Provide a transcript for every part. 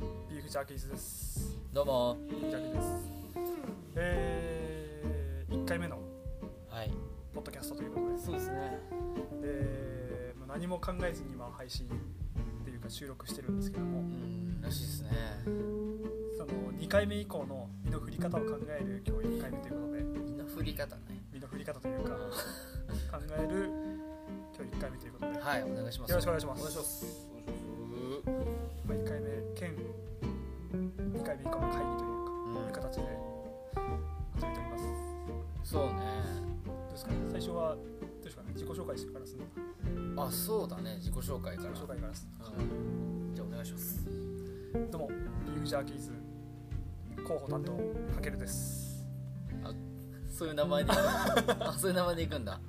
ーキーズですどうもジャッキーですえー、1回目のはいポッドキャストということでそうですねえーもう何も考えずに今配信っていうか収録してるんですけどうもんらしいですねその2回目以降の身の振り方を考える今日1回目ということで身の振り方ね身の振り方と いうかは考える今日1回目ということで、いお願いしますよろしくお願いしますお願いしますまあ、1回目兼2回目以降の会議というか、うんそういう形で始めておりますそうねどうですかね最初はどうですかね自己紹介してからするのかあそうだね自己紹介から自己紹介からするのかうんじゃあお願いしますどうもニュージャーキーズ候補担当かけるですそういう名前でいく んだあそういう名前でいくんだ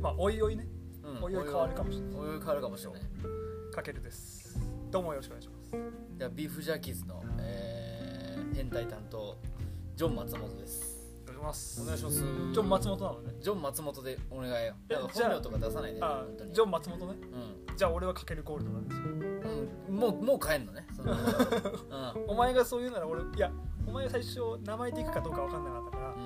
まあおいおいねうんおいおい変わるかもしれないおいおい変わるかもしれないかけるですどうもよろしくお願いしますじゃあビーフジャーキーズのえー変態担当ジョン松本ですお願いしますお願いしますジョン松本なのねジョン松本でお願いよえなんかじゃあ本名とか出さないであ本当にジョン松本ねうんじゃあ俺はかけるゴールドなんですようんもうもう帰んのね。そのうんお前がそう言うなら俺いやお前が最初名前でいくかどうか分かんなかったからう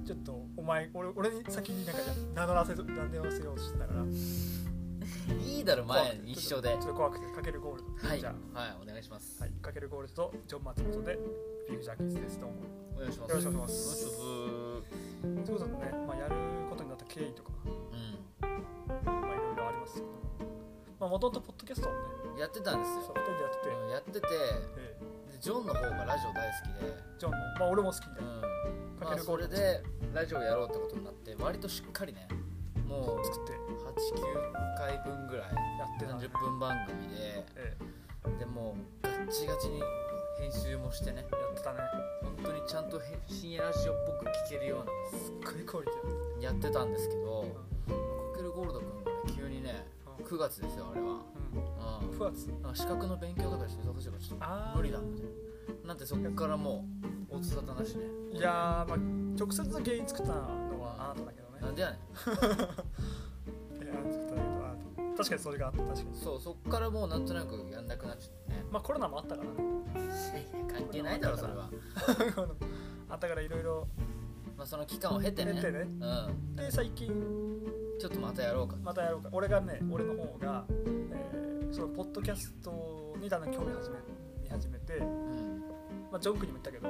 んちょっとお前俺俺に先になんか名乗らせ名乗らせようとしてたからいいだろ怖く前て一緒でちょ。っと怖くてかけるゴールドはいじはゃいあお願いします。はいかけるゴールドとジョン松本でビーフジャーキーズですどうもお願いします。よろしくお願いしまお願いすしますということでね、まあ、やることになった経緯とか、まあ、いろいろありますけどまあもともとポッドキャストをねうんやってたんですそうよ。 2人でやってて、うんやっててえでジョンの方がラジオ大好きで、えジョンも、まあ、俺も好きで、うんかけまあるゴそーれルドでラジオやろうってことになって割としっかりねもう作ってや八九回分ぐらいってた、三ね十分番組でえでもうガッチガチに編集もしてえ、やねってたね本当にちゃんとへ深夜ラジオっぽく聞けるような。すっごいクオリティだっやってたんですけど、たかけるゴールド君がね急にねうん9月ですよあれは、うんう9月ん、なんか資格の勉強とかして忙しいからちょっあと無理だみたいななんてそっからもう音沙汰なしねいやー、まあ、直接の原因作ったのはあなただけどねなんでやねんいや作っただけどあなた確かにそれがあった確かにそうそっからもうなんとなくやんなくなっちゃってねまあコロナもあったから ね関係ないだろそれは、コロナあったからいろいろまあ、その期間を経て出ねてねうん、で最近ちょっとまたやろうかまたやろうか俺がね俺の方が、えーそのポッドキャストにだんだん興味始め見始めて、うんまあ、ジョンクにも言ったけど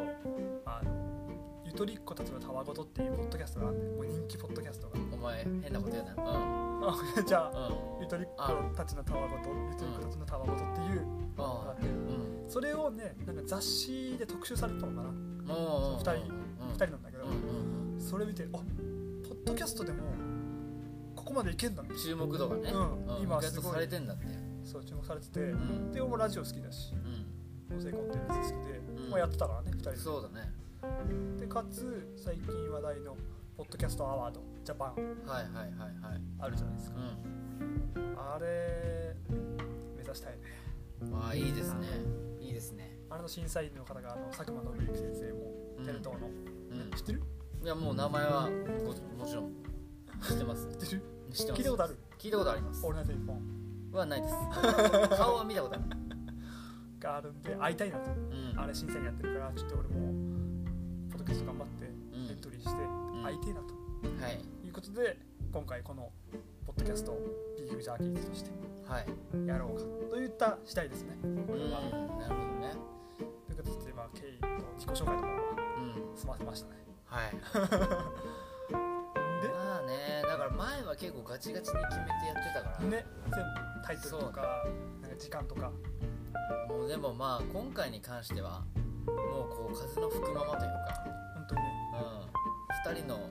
あのゆとりっ子たちのたわごとっていうポッドキャストがあってもう人気ポッドキャストが お前変なこと言うなうんあじゃあうんゆとりっ子たちのたわごとゆとりっ子たちのたわごとっていうのがああってうんうんそれをねなんか雑誌で特集されたのかなもう二人うん2人なんだけど、うんそれ見てあポッドキャストでもここまでいけんだみうたんい注目度がね、うん今今すごいされてんだってなそう注目されてて、うんで俺もラジオ好きだしう音声コンテンツ好きで、うんまあ、やってたからね2人ん、そうだねででかつ最近話題のポッドキャストアワードジャパンはいはいはいはいあるじゃないですか、うあれ目指したいねんまあいいですねいいですねあれの審査員の方があの佐久間信之先生もうんテレ東の、う知ってるんいやもう名前はごもちろん知ってます知ってる知ってま聞すいたことある聞いたことありますオールナイトニッポンはないです 顔は見たことあるがあるんで会いたいなとうんあれ審査員やってるからちょっと俺もポッドキャスト頑張ってうんエントリーしてん会いてえなとはいいうことで今回このポッドキャストをビーフジャーキーズとしてはいやろうかといった次第ですね。うこれんはなるほどねという形でまあ経緯と自己紹介とかはうん済ませましたね。はいでまあねだから前は結構ガチガチに決めてやってたからね全部タイトルとかなんか時間とかもうでもまあ今回に関してはもうこう風の吹くままという本当にねかうん二人のも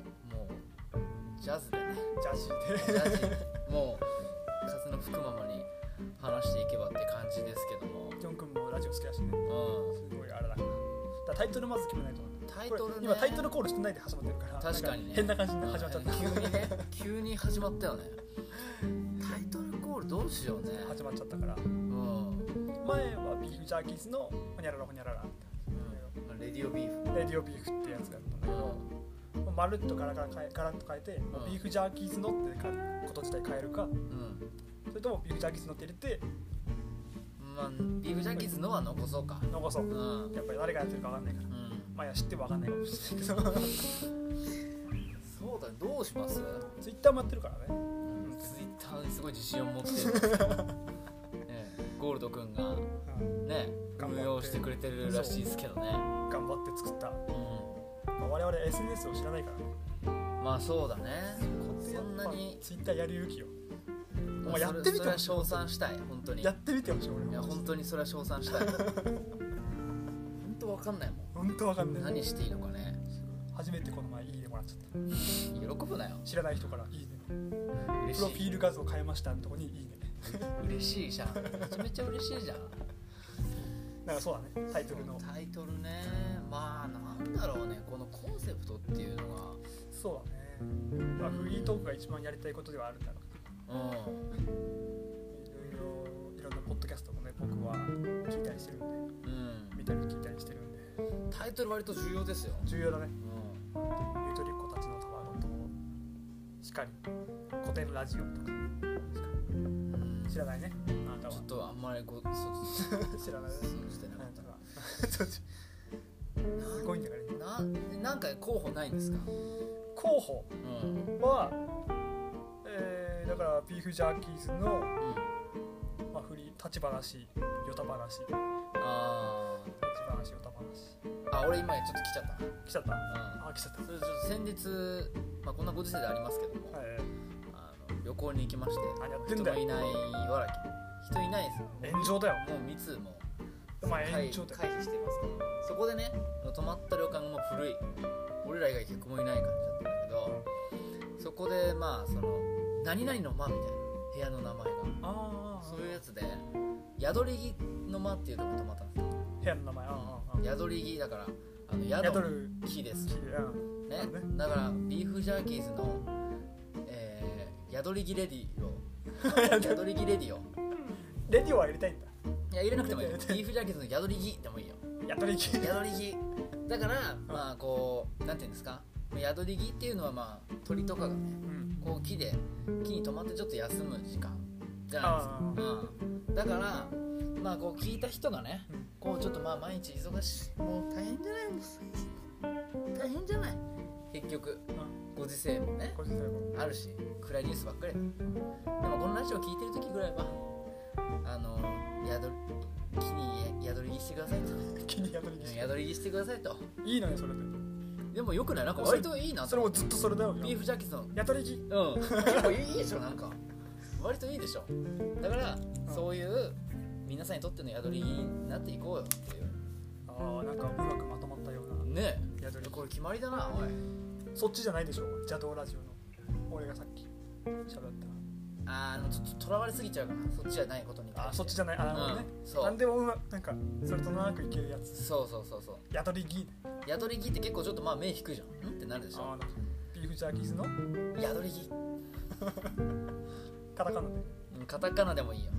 うジャズでねジャージジーでャ ジもう風の吹くままに話していけばって感じですけどジョン君もラジオ好きだしねも、うん、すごいあれだからだからタイトルまず決めないとなタイこれトルね今タイトルコールしてないで始まってるから確かにねなん変な感じで始まっちゃったうん急にね急に始まったよねタイトルコールどうしようね始まっちゃった からうん、うん前はビーフジャーキーズのホニャララホニャララレディオビーフレディオビーフってやつだったんだけど、もうまるっとガラガラ変えガラッと変えて、もうビーフジャーキーズのってかこと自体変えるかうんそれともビーフジャーキーズのって入れてうまあ、ビーフジャーキーズのは残そうか残そううんうんやっぱり誰がやってるか分かんないからまあいや知っても分かんない かもしれないけどそうだねどうします、ツイッターもやってるからねうん、ツイッターにすごい自信を持ってるん ですけど、ね、ゴールドくんがね頑張って運用してくれてるらしいですけどね、頑張って作った、まうあ、我々 SNS を知らないからねん、まあそうだねそんなにツイッターやる勇気をまあもうやってみてそれほはしい称賛したい本当にいやってみてほしい俺やは本当にそれは称賛し たい本当わかんないも本当わかんんない何していいのかね初めてこの前いいねもらっちゃっ喜ぶなよた知らない人からいいねプロ嬉フしィいール画像変えましたのとこにいいね嬉しいじゃんめちゃめちゃ嬉しいじゃんなんかそうだねタイトルのタイトルねまあなんだろうねこのコンセプトっていうのはそうだねまあフリートークが一番やりたいことではあるんだろううけどいろいろいろんなポッドキャストもね僕は聞いたりしてるんでん、うん、見たり聞いたりしてるんでタイトル割と重要ですよ、重要だねうゆとりっ子たちのたまごとしかり古典ラジオとかんうん、知ちょらないねあなたはっとあんまりこうそ知らないね信じてなあかなったはすごいんだからねななんか候補ないんですか、候補うんうんは、えー、だからビーフジャーキーズの、まあ、フリー立ち話ヨタ話立ちあ話ヨタ話ーあ俺今ちょっと来ちゃった来ちゃったな、あ来ちゃっうん、それちょっと先日、まあ、こんなご時世でありますけども、たはいあの旅行に行きましてあやってん人だもよいないわら人いないですよ炎上だよもう密もまあ回延避長だよ回避してますからそこでね泊まった旅館がもう古い俺ら以外客もいない感じだったんだけど、そこでまあその何々の間みたいな部屋の名前がああそういうやつで宿り木の間っていうとこ泊まったんですよ部屋の名前ああああ宿り木だからあのあ宿宿のる木です木ねあるねだからビーフジャーキーズの、えー、宿り木レディを宿り木レディをレディオは入れたいんだいや入れなくてもいいよビーフジャーキーズの宿り木でもいいよ宿り木宿り木だからまあこうなんていうんですか宿り木っていうのはまあ鳥とかがねうんこう木で木に止まってちょっと休む時間じゃないですかああうん、だからまあこう聞いた人がねうんこうちょっとまあ毎日忙しいもう大変じゃないもう大変じゃない結局ご時世もねこれ最後あるし暗いニュースばっかりだでもこのラジオ聞いてる時ぐらいはあの宿り木に宿り木してくださいと気に宿り木宿り着してくださいといいのよそれででもよくないなんか割といいなそれもずっとそれだよビーフジャーキーズの宿り木うん結構いいでしょなんか割といいでしょだから、そういう皆さんにとっての宿りになっていこうよっていうああなんかうまくまとまったようなね宿りえ木これ決まりだなおいそっちじゃないでしょ邪道ラジオの俺がさっき喋っあのちょっととらわれすぎちゃうからそっちじゃないことにたあーそっちじゃゃないあなるほどね、うんん、そう何でもうまなんかそれとなくいけるやつそうそうそうそう宿り木宿り木って結構ちょっとまあ目引くじゃんんってなるでしあーなょんかビーフジャーキーズの宿り木カタカナでうんカタカナでもいいよ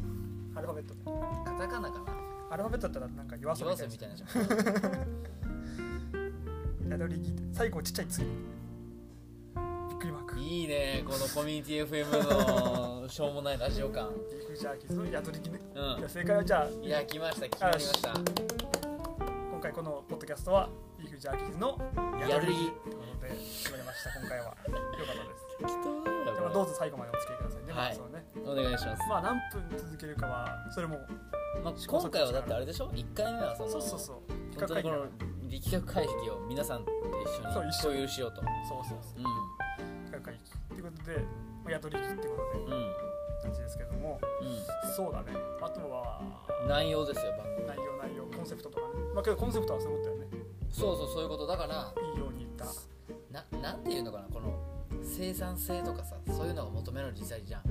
アルファベットでカタカナかなアルファベットだったらなんか言わせ夜遊びみたいなじゃん宿り木って最後ちっちゃいつびっくりマークビいいねこのコミュニティ FM のしょうもないラジオ感ーフジャーキーズの宿り木ね、うんいや正解はじゃあいや来ました決まりました今回このポッドキャストはビーフジャーキーズのやるりり木ということで決まりました今回はよかったです適当ではどうぞ最後までお付き合いくださいね、はいまあそうねお願いします、まあ何分続けるかはそれもまあ、今回はだってあれでしょ1回目はそのそうそうそう本当にこの力学会議を皆さんと一緒にそう一緒共に有しようそとうそうそうう企画会議ということで、まあ、雇りってことでんうん感じですけどもうそうだねあとはん内容ですよ番組内容内容コンセプトとかねまあけどコンセプトはそういうことだよねそうそうそういうことだからいいように言ったななんていうのかなこの生産性とかさそういうのが求められる時代じゃん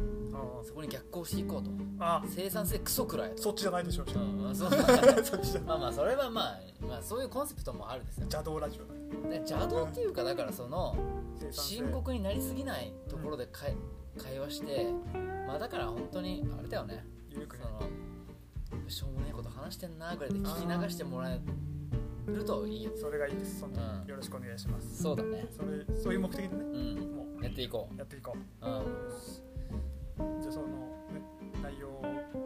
そこに逆行していこうとああ生産性クソくらいそっちじゃないでしょう うん うんそうそっちじゃないまあまあそれはまあ、まあ、そういうコンセプトもあるですね邪道ラジオだねで邪道っていうかだからその生産性深刻になりすぎないところで会会話してまあだから本当にあれだよね緩そくねのしょうもないこと話してんなぐらいで聞き流してもらえるといいよそれがいいですそんなうんよろしくお願いしますそうだねそれそういう目的でねうんもやっていこうやっていこうううんじゃあその、ね、内容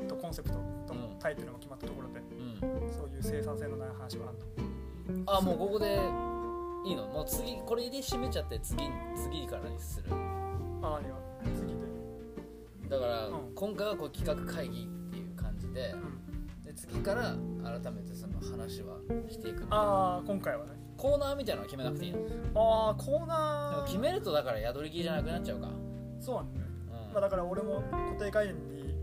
とコンセプトとうんタタイトルも決まったところでうん、そういう生産性のない話はあんのあもうここでいいのもう次これで締めちゃって次次からにするあ何が次でだから、うん今回はこう企画会議っていう感じでうんで次から改めてその話はしていくああ今回はねコーナーみたいなのは決めなくていいのでああコーもナ決ーめるとだから宿り切りじゃなくなっちゃうか、うんそうなんだよねまあ、だから俺も固定概念に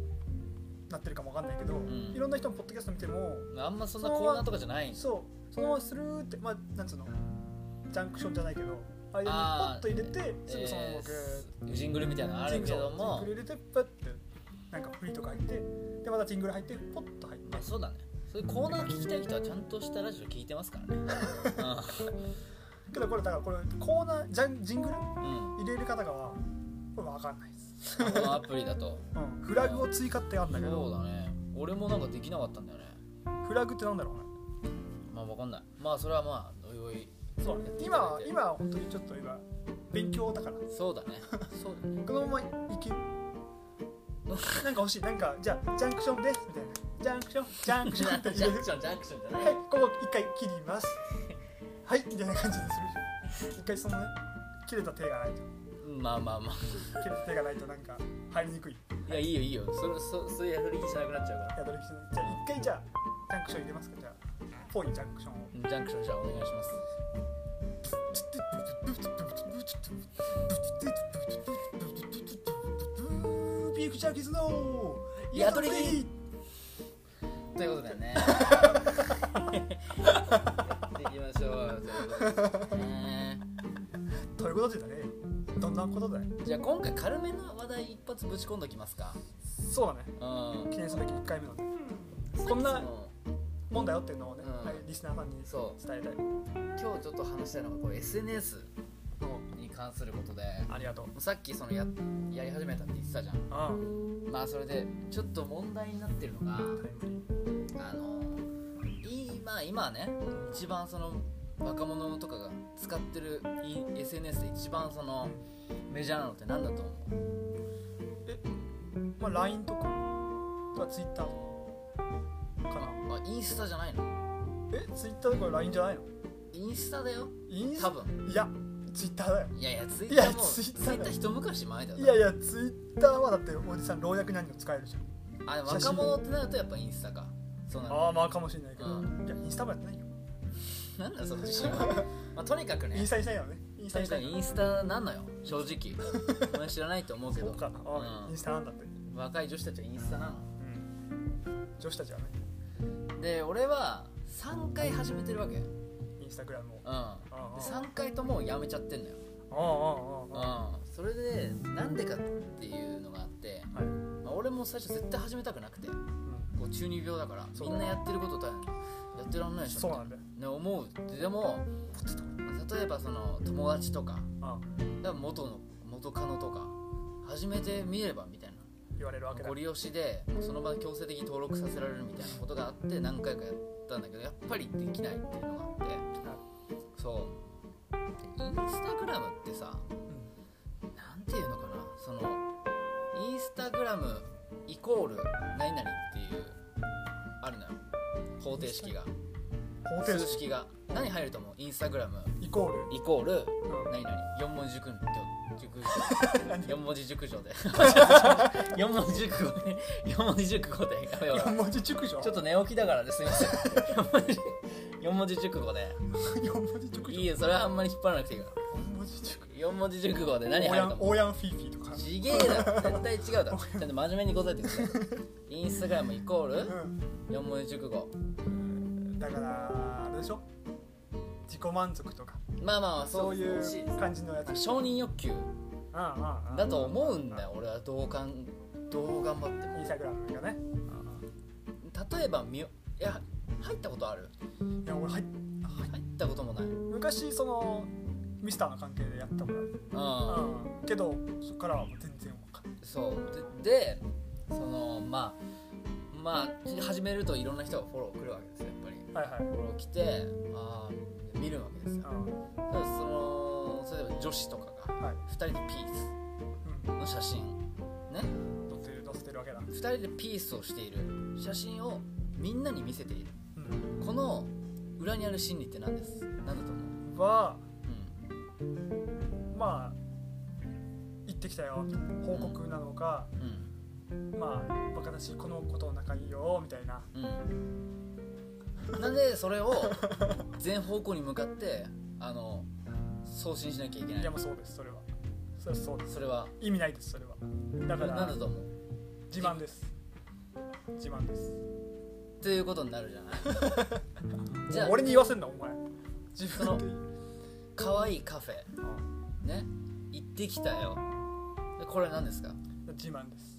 なってるかもわかんないけど、んいろんな人のポッドキャスト見てもあんまそんなコーナーとかじゃないんですそうそのままスルーってまあなんつうのジャンクションじゃないけど間にポあーッと入れてすぐそのままえグーージングルみたいなのッあジるングけルどもジングル入れてプッてなんかフリーとか入ってでまたジングル入ってポッと入ってまあそうだねそういうコーナー聞きたい人はちゃんとしたラジオ聞いてますからねけどこれだからこれコーナージャンジングルうん、うん、入れる方がはこれわかんないです、このアプリだとうん、フラグを追加ってあるんだけそうどだね俺もなんかできなかったんだよねフラグってなんだろうねまあわかんないまあそれはまあおいおいそうね今は今は本当にちょっと今勉強だからそうだねそうだねこのままい けるなんか欲しいなんかじゃあジャンクションですみたいなジャンクションジャンクシジョンャってン入れるクションジャンクションじゃなはいいここ一回切りますはいみたいな感じにする一回そのね切れた手がないとまあまあまあ切れた手がないとなんか入りにくいいやいいよいいよそれそそういうやり気じゃなくなっちゃうかやどりきついじゃあ一回じゃあジャンクション入れますかじゃあぽいジャンクションをらジャンクションじゃあお願いしますピクチャーキズのやどり ということだよねやっていきましょうということでねということでだねどんなことだいじゃあ今回軽めな話題一発ぶち込んどきますかそうだねうん記念すべき1回目のこんそなのもんだよっていうのをね、うんはいリスナーさんにそ伝えたい今日ちょっと話したいのがこれ SNS うんに関することでありがとうさっきそのややり始めたって言ってたじゃんあまあそれでちょっと問題になってるのがあタイムリーあの今今はね一番その若者とかが使ってるい SNS で一番そのメジャーなのって何だと思うまあ LINE とかあとは Twitter かなあインスタじゃないのえ Twitter とか LINE じゃないのインスタだよインス多タ分いや Twitter だよいやいやツイッいターやもツイッ Twitter タだよー一昔前だよいやいや Twitter はだっておじさん老若男女使えるじゃんあでも写若真者ってなるとやっぱインスタかそうなのああまあかもしれないけど、ういやインスタもやってないよなんだその自 信は、まあ、とにかくねインスタにしたいよねインスタ確にしたかいにインスタなんのよ正 直お前知らないと思うけそどうかなああうんインスタなんだって、若い女子たちはインスタなの女子たちはねで俺は3回始めてるわけうんでインスタグラムをああ3回ともやめちゃってんのよああああああうんそれでなんでかっていうのがあって、はいまあ俺も最初絶対始めたくなくてうんこう中二病だからそみうんなやってることだよねやってらんないでしょそうなんみだよたいなね思うででも例えばその友達とかああだから元の元カノとか始めてみればみたいな言われるわけだご利用しでもうその場で強制的に登録させられるみたいなことがあって何回かやったんだけどやっぱりできないっていうのがあってそうでインスタグラムってさうんなんていうのかなそのインスタグラムイコール何々っていうあるのよ方程式が方程数式式が何入ると思うインスタグラムイコーイコールル、うん何々4文字熟女熟女 4文字熟女で4文字熟語で4文字熟語でやべや四べ文字熟女ちょっと寝起きだからですいません4文字4文字熟語で四文字熟女いいよそれはあんまり引っ張らなくていいか四文字熟ら4文字熟語で女何入ると思うオーヤンオーヤンフィーフィーとかちげえだろ絶対違うだろちゃんと真面目に答えてくれインスタグラムイコール4文字熟語うんだからあれでしょ自己満足とかまあまあまあそういしう感じのやつ承認欲求ああああだと思うんだよ俺はどうかんどう頑張ってもインスタグラムがね例えばみよいや入ったことあるいや俺はい入ったこともないうん昔そのミスターの関係でやったことある、うん、けどそっからはもう全然分かんないそうででそのまあまあ始めるといろんな人がフォロー来るわけですよやっぱりはいはい、フォロー来てあー見るわけですようんだからその例えば女子とかがはい2人でピースうん、の写真ね載せてる載せてるわけだ2人でピースをしている写真をみんなに見せているうんこの裏にある心理って何です何だと思う、はうんまあ行ってきたよ報告なのか、うんまあバカだしこのことの仲いいよみたいなうん、なんでそれを全方向に向かってあの送信しなきゃいけないやいもうそうですそれはそれはそうですそれは意味ないですそれはだか何らだと思う自慢です自慢ですっていうことになるじゃな いじゃあ俺に言わせんなお前自その分で言う可愛いカフェね行ってきたよでこれは何ですかうん自慢です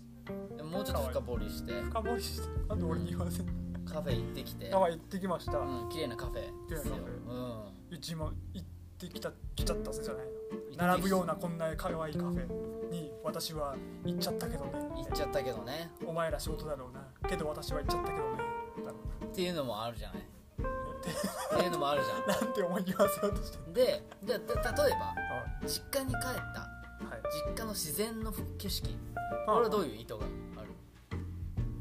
もうちょっと深掘りして深掘りしてなんで俺に言わせんのカフェ行ってきて、あ行ってきました、いうん、綺麗なカフェですよ綺麗なカフ、うんや自慢行ってきた来ちゃったぜじゃないの行ってき並ぶようなこんな可愛いカフェに私は行っちゃったけどね行っちゃったけどねお前ら仕事だろうなけど私は行っちゃったけどねだろっていうのもあるじゃないっうていうのもあるじゃななんて思い言わせようとしてるんでじゃあた例えばは実家に帰ったい、実家の自然の景色まこれはあどういう意図がある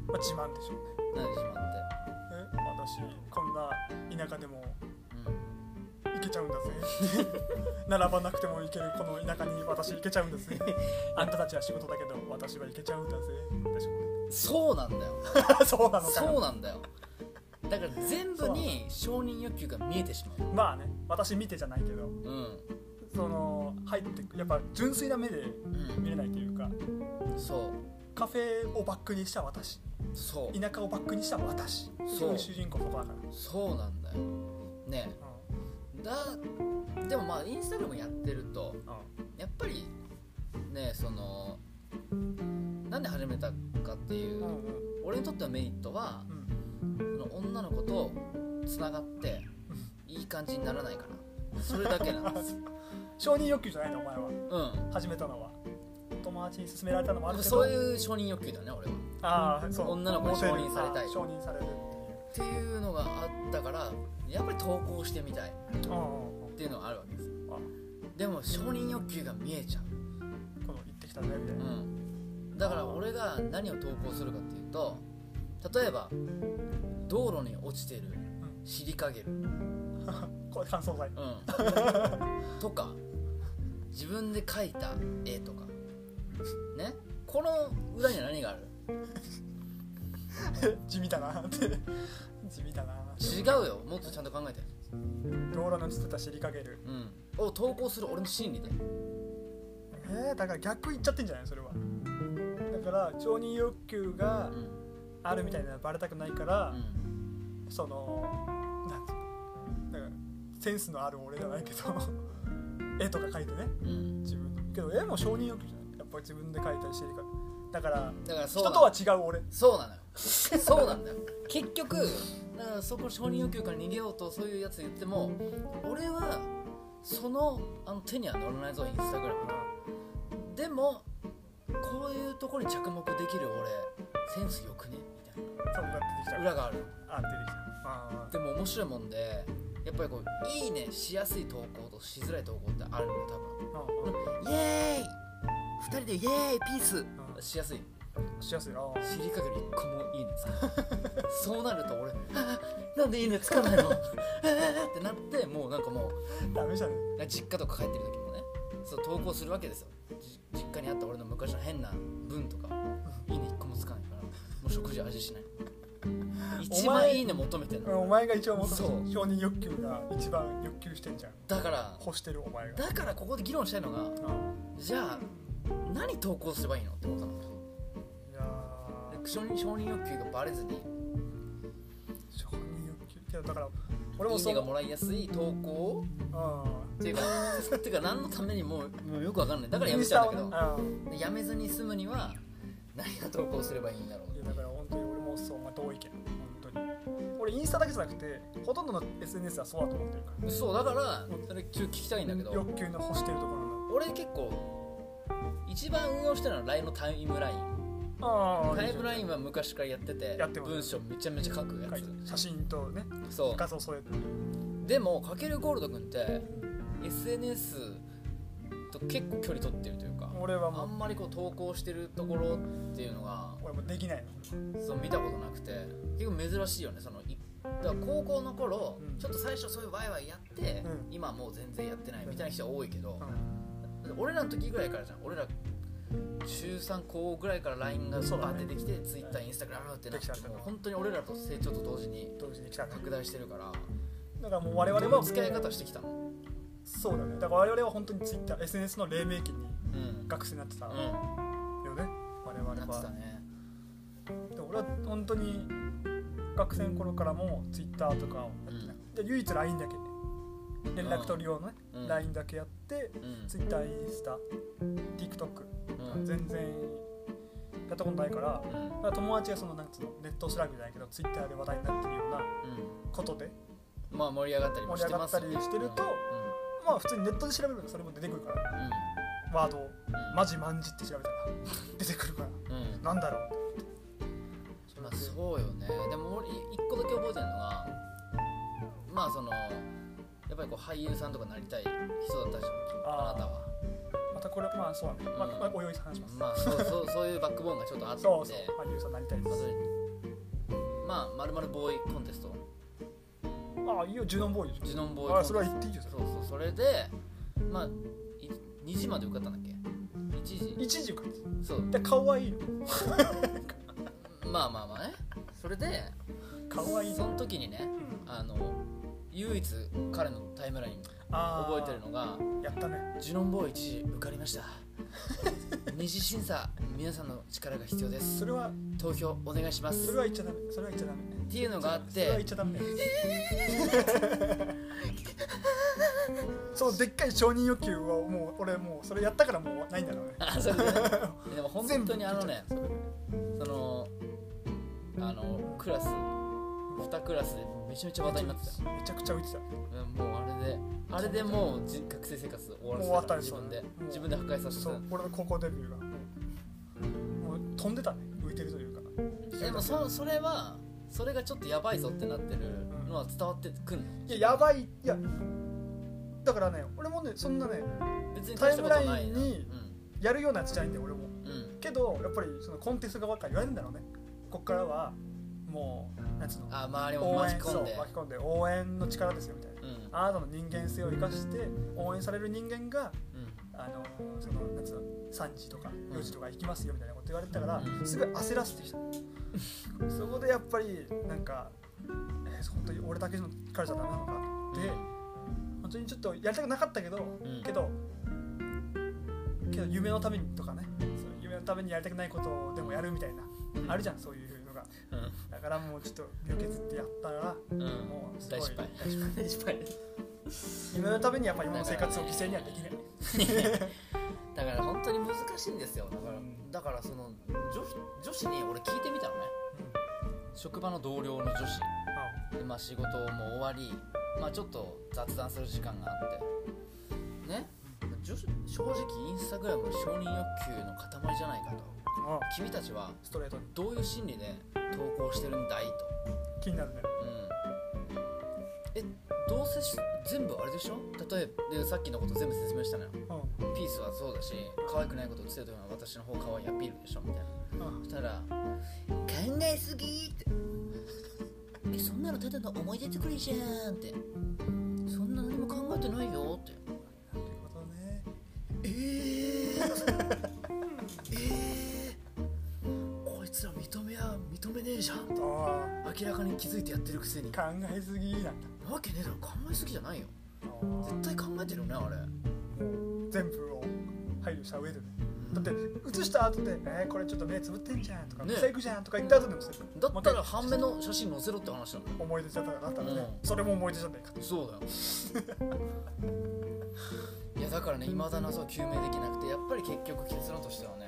まあ自慢でしょうね何でしまってえ私こんな田舎でもうん行けちゃうんだぜ 並ばなくても行けるこの田舎に私行けちゃうんだ ぜあんたたちは仕事だけど私は行けちゃうんだぜでしょうねそうなんだよそうなのか そうよなんだよだから全部に承認欲求が見えてしままあね私見てじゃないけどううんその入ってくやっぱ純粋な目で見れないというかうんそうカフェをバックにした私そう田舎をバックにした私そういう主人公そこだかそうなんだよねらえだでもまあインスタグラムやってるとうんやっぱりねそのなんで始めたかっていう、うんうん俺にとってのメリットはうんその女の子とつながっていい感じにならないかなそれだけなん です、承認欲求じゃないのお前はう始めたのは友達に勧められたのもあるん、けどそういう承認欲求だね俺はああそう女の子に承認されたモテるあいー承認されるっていうのがあったからやっぱり投稿してみたいっうんうんうんていうのがあるわけですあでも承認欲求が見えちゃうこの行ってきたねみたいな、うん、だから俺が何を投稿するかっていうと例えば道路に落ちてるシリカゲル、うん、これ乾燥剤とか自分で描いた絵とかねこの裏には何がある地味だなって地味だな違うよもっとちゃんと考えて、道路の落ちてた尻かけるうん、を投稿する俺の心理でえー、だから逆行っちゃってんじゃないそれはだから承認欲求うがんあるみたいなのはバレたくないかうら、んそのなんつうのだからセンスのある俺じゃないけど絵とか描いてねうん自分のけど絵も承認欲求じゃないやっぱり自分で描いたりしてるからだからだからそう人となのは違う俺そうなのよそうなんだよ 結局だからそこ承認欲求から逃げようとそういうやつ言っても俺はそのあの手には乗らないぞインスタグラムでもこういうところに着目できる俺センスよくねみそうなってきちたゃいうな裏があるあ出てきちゃうあでも面白いもんでやっぱりこう「いいね」しやすい投稿としづらい投稿ってあるのーよあ多分「イエーイ!」2人で「イエーイピース!」しやすいーしやすいあー知りかける一個もいいねつか ないそうなると俺あーなんでいいねつかないのえーってなってもうなんかもダメじゃねう実家とか帰ってる時もねそう投稿するわけですよじ実家にあった俺の昔の変な文とかいいね一個もつかないからもう食事味しない一番いいね求めてんのお前が一番求そめてうる承認欲求が一番欲求してんじゃんだから欲してるお前がだからここで議論したいのがうんじゃあ何投稿すればいいのってことなのいやー承認承認欲求がバレずに承認欲求けどだから俺もいいそねがうもらいやすい投稿うをんっていうかっていうか何のためにもうもうよくわかんないだからやインめスちゃタをうんねうだんけどでやめずに済むには何が投稿すればいいんだろいやだから本当に俺もそうまあ同意見本当に俺インスタだけじゃなくてほとんどの SNS はそうだと思ってるかうそうだからそれちょっと聞きたいんだけらど欲求の欲してるところの俺結構一番運用してるのは LINE のタイムラインあタイムラインンは昔からやっててやってます文章めちゃめちゃ書くや写真とねつそ画像添えてうでもかけるゴールドくんって SNS と結構距離取ってるというか俺はあもうんまりこう投稿してるところっていうのが俺もうできないのそう見たことなくて結構珍しいよねそのいだから高校の頃、うんちょっと最初そういうワイワイやって、うん今はもう全然やってないみたいな人は多いけどう、ん俺らの時ぐらいからじゃん俺ら中3高ぐらいから LINE がバそうだーねってできて、Twitter、Instagram ってなでっきてたってなもう本当に俺らと成長と同時に同時に来たんだ拡大してるからだからもう我々どういはう付き合い方してきたのそうだねだから我々は本当に TwitterSNS の黎明期にうん、うん、学生になってたよね、な我々ってたはねで俺は本当に学生の頃からも Twitter とかをやってなくて、で唯一 LINE だけ連絡取るようなね、うん LINE だけやってうん Twitter インスタ TikTok うん全然やったことないからうんだから友達がそのなんつうのネットスラングじゃないけど Twitter で話題になってるようなことでうんまあ盛り上がったりもしてますよね盛り上がったりしてるとまあ普通にネットで調べるとそれも出てくるからうんうんワードをうんマジマンジって調べたら 出てくるからうんなんだろうまあそうよねでも俺い一個だけ覚えてるのがまあそのやっぱりこう俳優さんとかなりたい人だったじゃんああーなたはまたこれまあそうだね、まあうんまあおいおい話します、まあそう そうそういうバックボーンがちょっとあってそうそう俳優さんになりたいでまあそすれまあまるまるボーイコンテストああいいよジュノンボーイでジしュノンボーイょコンあテスそトれは言っていいよそれそうそうそれでまあい2時まで受かったんだっけ1時一時受かってそうで可愛いのまあまあまあねそれで可愛いそのの時にねあの唯一彼のタイムラインあー覚えてるのがやったねジュノンボーイ一時受かりました 二次審査皆さんの力が必要ですそれは投票お願いしまそすれは言っちゃダメそれは言っちゃダメっていうのがあっそれは言ってちゃダメそのでっかい承認欲求はもう俺もうそれやったからもうないんだろうね あそ うだねでも本全部当にあのねそれでそのあのクラス2クラスでめちゃめちゃ話題になってためちゃくちゃ浮いてたうんもうあれであれでもうじ学生生活終わらせ終わったかたらで自しょう分でねもう自分で破壊させてそう俺の高校デビューがもう飛んでたね浮いてるというかたでもそそれはそれがちょっとやばいぞってなってるのは伝わってくんのいややばいいやだからね俺もねそんなね別に大したことないなタイムラインにやるようなやつじゃないんだよ俺もうんうんけどやっぱりそのコンテスト側から言われるんだろうねこっからはもうなんつうのあ周りも応巻援きそ込うんで巻き込んで応援の力ですよみたいなうんうんあなたの人間性を生かして応援される人間があのそのなんつうの3時とか4時とか行きますよみたいなこと言われてたから、うんすごい焦らせてきたそこでやっぱりなんか、えー本当に俺だけの彼じゃダメなのかって、本当にちょっとやりたくなかったけど、んけどけど夢のためにとかねそう夢のためにやりたくないことをでもやるみたいな、うんあるじゃんそういうのがうだからもうちょっと病欠ってやったらんうんもうすごい大失敗大失敗夢のためにやっぱ今の生活を犠牲にはできない、 だから本当に難しいんですよだから、うんだからその女子女子に俺聞いてみたのねうん職場の同僚の女子あで、まあ、仕事も終わり、まあ、ちょっと雑談する時間があってね女子正直インスタグラムの承認欲求の塊じゃないかとあ君たちはストレートにどういう心理で投稿してるんだい気になるねと、うん、えどうせし全部あれでしょ例えばでさっきのこと全部説明したのようピースはそうだし可愛くないことを映せるというのは私の方可愛いアピールでしょみたいなんうんそしたら「考えすぎ!」って「えそんなのただの思い出作りじゃん」って「そんな何も考えてないよ」ってなるほどね「えー、 えー、こいつら認めや認めねえじゃん」ってあ明らかに気づいてやってるくせにあ考えすぎなんだなわけねえだろ考えすぎじゃないよも絶対考えてるよねあれう全部を配慮した上でねだだって映した後で「えー、これちょっと目つぶってんじゃん」とか「ね不細工じゃん」とか言った後でもさだったもらう一半目の写真載せろって話なの回思い出じゃったらだったらね、うそれも思い出じゃないかそうだよ いやだからね未だ謎は究明できなくてやっぱり結局結論としてはね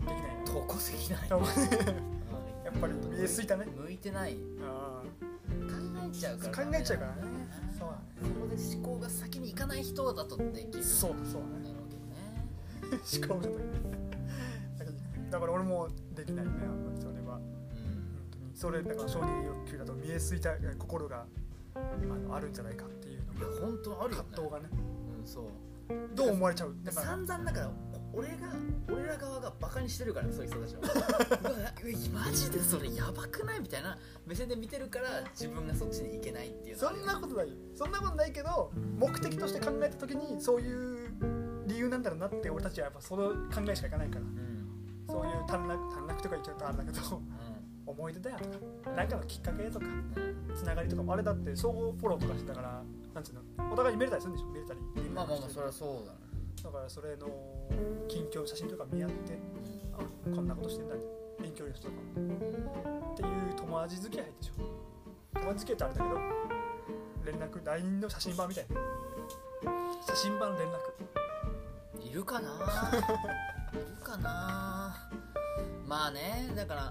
できないとこすぎないでもねうんやっぱり見えすぎたね向いてない考あえちゃうあか考らダメえちゃうからねそうだそこで思考が先に行かない人だとできるねそうだそうだねなるわけねしかもちょっとだから俺もできないねあんまりそれはうん本当にそれだから承認欲求だと見えすぎたえー心があのあるんじゃないかっていうのいがや本当あるよね葛藤がねうんそうどう思われちゃうだから散々だからお俺が俺ら側がバカにしてるからそういう人たちは うわうわマジでそれやばくないみたいな目線で見てるから自分がそっちに行けないっていうのそはあるんよなことないよそんなことないけど目的として考えた時にそういう理由なんだろうなって俺たちはやっぱその考えしかいかないからうんそういう短絡短絡とか言っちゃうとあれだけど 思い出だよとか何かのきっかけとかうんつながりとかもあれだって相互フォローとかしてたからなんつうのお互いにめでたりするんでしょめでたりうんまあまあまあそれはそうだねだからそれの近況写真とか見合ってあこんなことしてんだ遠距離の人とかもっていう友達付き合いでしょ友達付き合いってあれだけど連絡 LINE の写真版みたいな写真版連絡いるかないるかなまあねだから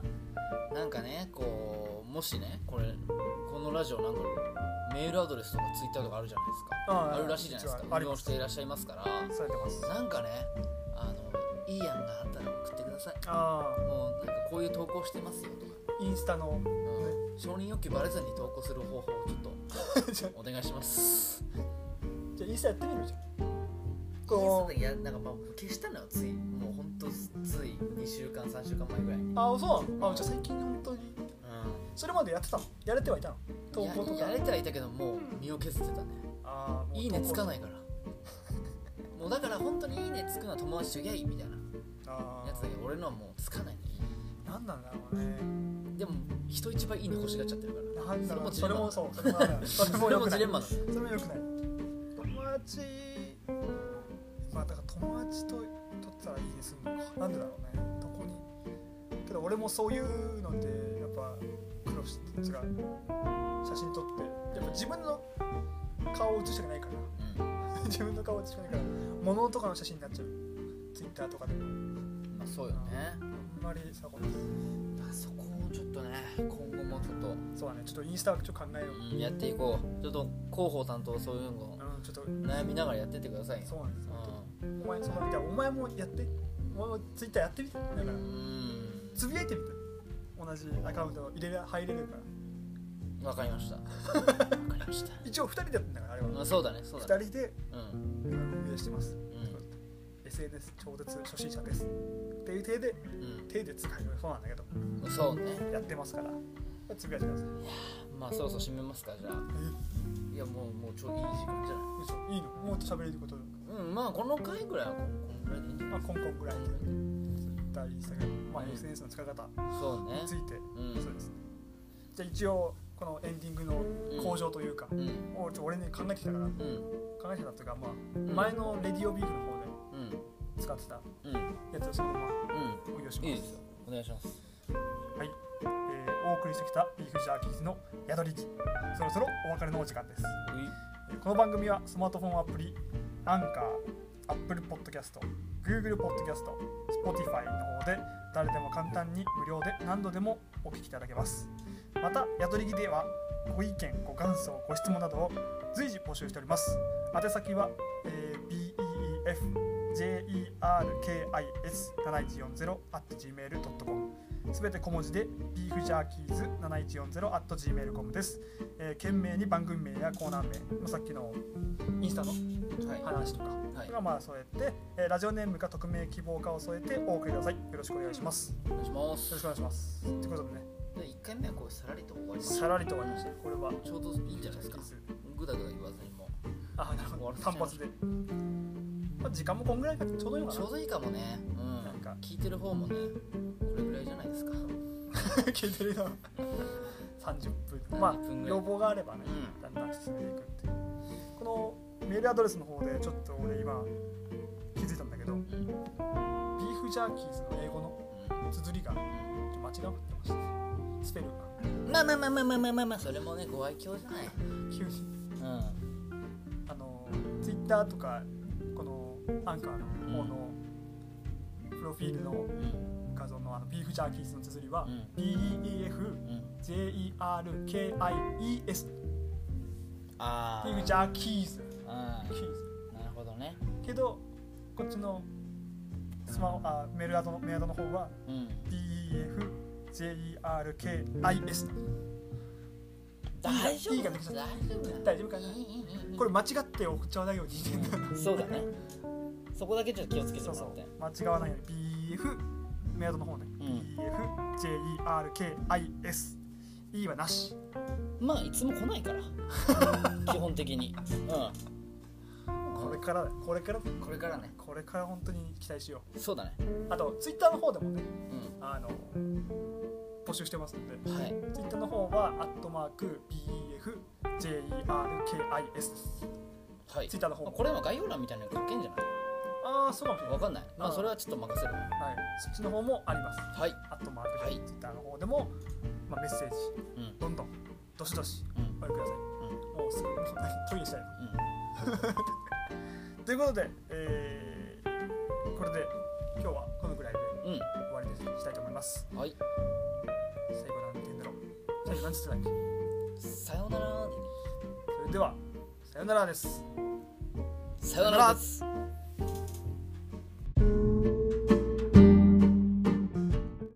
なんかねこうもしねこれこのラジオなんかメールアドレスとかツイッターとかあるじゃないですかああるらしいじゃないですうちかはあ運り用ましすていらっしゃいますからされてますなんかねあのいい案があったら送ってくださいあもうなんかこういう投稿してますよとか、あインスタのうん承認欲求バレずに投稿する方法をちょっとじゃ お願いしますじゃあインスタやってみるじゃんそこういやなんかまあ消したのよついもうほんとつい2週間3週間前ぐらいに、うああそうなのあじゃあ最近本当にそれまでやってたのやれてはいたの投稿といやかやれてはいたけどもう身を削ってたねああもういいねつかいないからもうだから本当にいいねつくのは友達とイエイみたいなあやつだけど俺のはもうつかないあなんなんだろうねでも人一倍いいね欲しがっちゃってるからなんだろうそそれれももジレそう それもあるそれも良くなジいレンマだねそれも良くない友達まあだから友達と取ったらいいですんのかなんでだろうねどこにけど俺もそういうのでやっぱ苦労して違う写真撮ってやっぱ自分の顔を写したくないから うん自分の顔を写したくないから物とかの写真になっちゃうツイッターとかでもんまあそうよねあんまりさこまあそこをちょっとね今後もちょっと、そうだねちょっとインスタはちょっと考えよう、うん、やっていこうちょっと広報担当そういうのをうん、ちょっと悩みながらやってってくださいよそうなんです本当にうお前そのじゃあお前もやってお前もツイッターやってみてだからんつぶやいてみて同じアカウント入れれ入れるからわかりましたわかりました一応2人でやってんだからあれは まあそうだねそうだね2人でうん運営してます、ん SNS 超絶初心者ですっていう手で手で使えるそうなんだけどうんそうねやってますからつぶやいてくださいまあそろそろ締めますかじゃあいやもうもうちょいい時間じゃえ嘘いいのもっと喋れることないうんまあこの回ぐらいはここんぐらいでいいんじゃなあいコンコンぐらいでうん第一作まあうん SNS の使い方そうねについてうんそうですねじゃあ一応このエンディングの向上というか、うんもうちょ俺ね考えてきたからうん考えてたっていうか、まあ、ん前のレディオビーフの方でうん使ってたうんやつをそのままう応用しんますいいですよお願いしますはい、えーお送りしてきたビーフジャーキーズの宿り木そろそろお別れのお時間ですういえーこの番組はスマートフォンアプリアンカーアップルポッドキャスト Google ポッドキャスト Spotify の方で誰でも簡単に無料で何度でもお聞きいただけますまた宿り木ではご意見ご感想ご質問などを随時募集しております宛先は、えー beefjerkis7140.gmail.com すべて小文字で beefjerkies7140.gmail.com です、えー、懸命に番組名やコーナー名まあさっきのインスタのはい話とかはいがまあ添えて、えーラジオネームか匿名希望かを添えてお送りくださいよろしくお願いしますよお願いしますろしくお願いしますということでねで1回目はこうさらりと終わりましさらりと終わりましたこれはたちょうどいいんじゃないですかぐだぐだ言わずにもあなる終ほわどらせちゃ単いま発しで、まあ、時間もこんぐらいがちょうどいいのかちょうどいいかもねうんなんか聞いてる方もねこれぐらいじゃないですかな聞いてる よ30分まあ30分ぐらい要望があればねうんだんだん進めていくっていうこのメールアドレスの方でちょっと俺今気づいたんだけどビうんーフジャーキーズの英語の綴りが間違ってましたスペルがうんまあまあまあまあまあまあまあまあそれもねご愛嬌じゃない急にうんあのツイッターとかこのアンカーの方のプロフィールのうん画像のあのビーフジャーキーズの綴りはうん BEEF うん JERKIES あビーフジあャーキーズキーズなるほどねけどこっちのスマホあメールアドのメールアドの方はうん BEF JERKIS 大丈いい夫かなくなっちゃっ大丈夫大丈夫かないいいいいいいたこれ間違って送っちゃわないようにしてんだよなそうだねそこだけちょっと気をつけてそもうらそってう間違わないように BF メアドの方ね、う BFJERKIS E はなしまあいつも来ない から基本的にうんこれからだよこれからこれからねこれから本当に期待しよそうだねうあとツイッターの方でもねうあの募集してますのでんはいツイッターの方はアットマーク BFJERKIS ですはいツイッターの方まあもこれは概要欄みたいなの書けんじゃないああそうかもしれなわい、かんないまあうんそれはちょっと任せるはい、そっちの方もありますはいアットマークはいツイッターの方でも、まあ、メッセージうんうんどんどんどしどしうんお寄せくださいもうすぐもうトイレしたいなうんということで、えーこれで今日はこのぐらいでう終わりにしたいと思いますんはい最後なんて言うんだろう最後なんつってたっけさようならでねそれではさよならですさようならです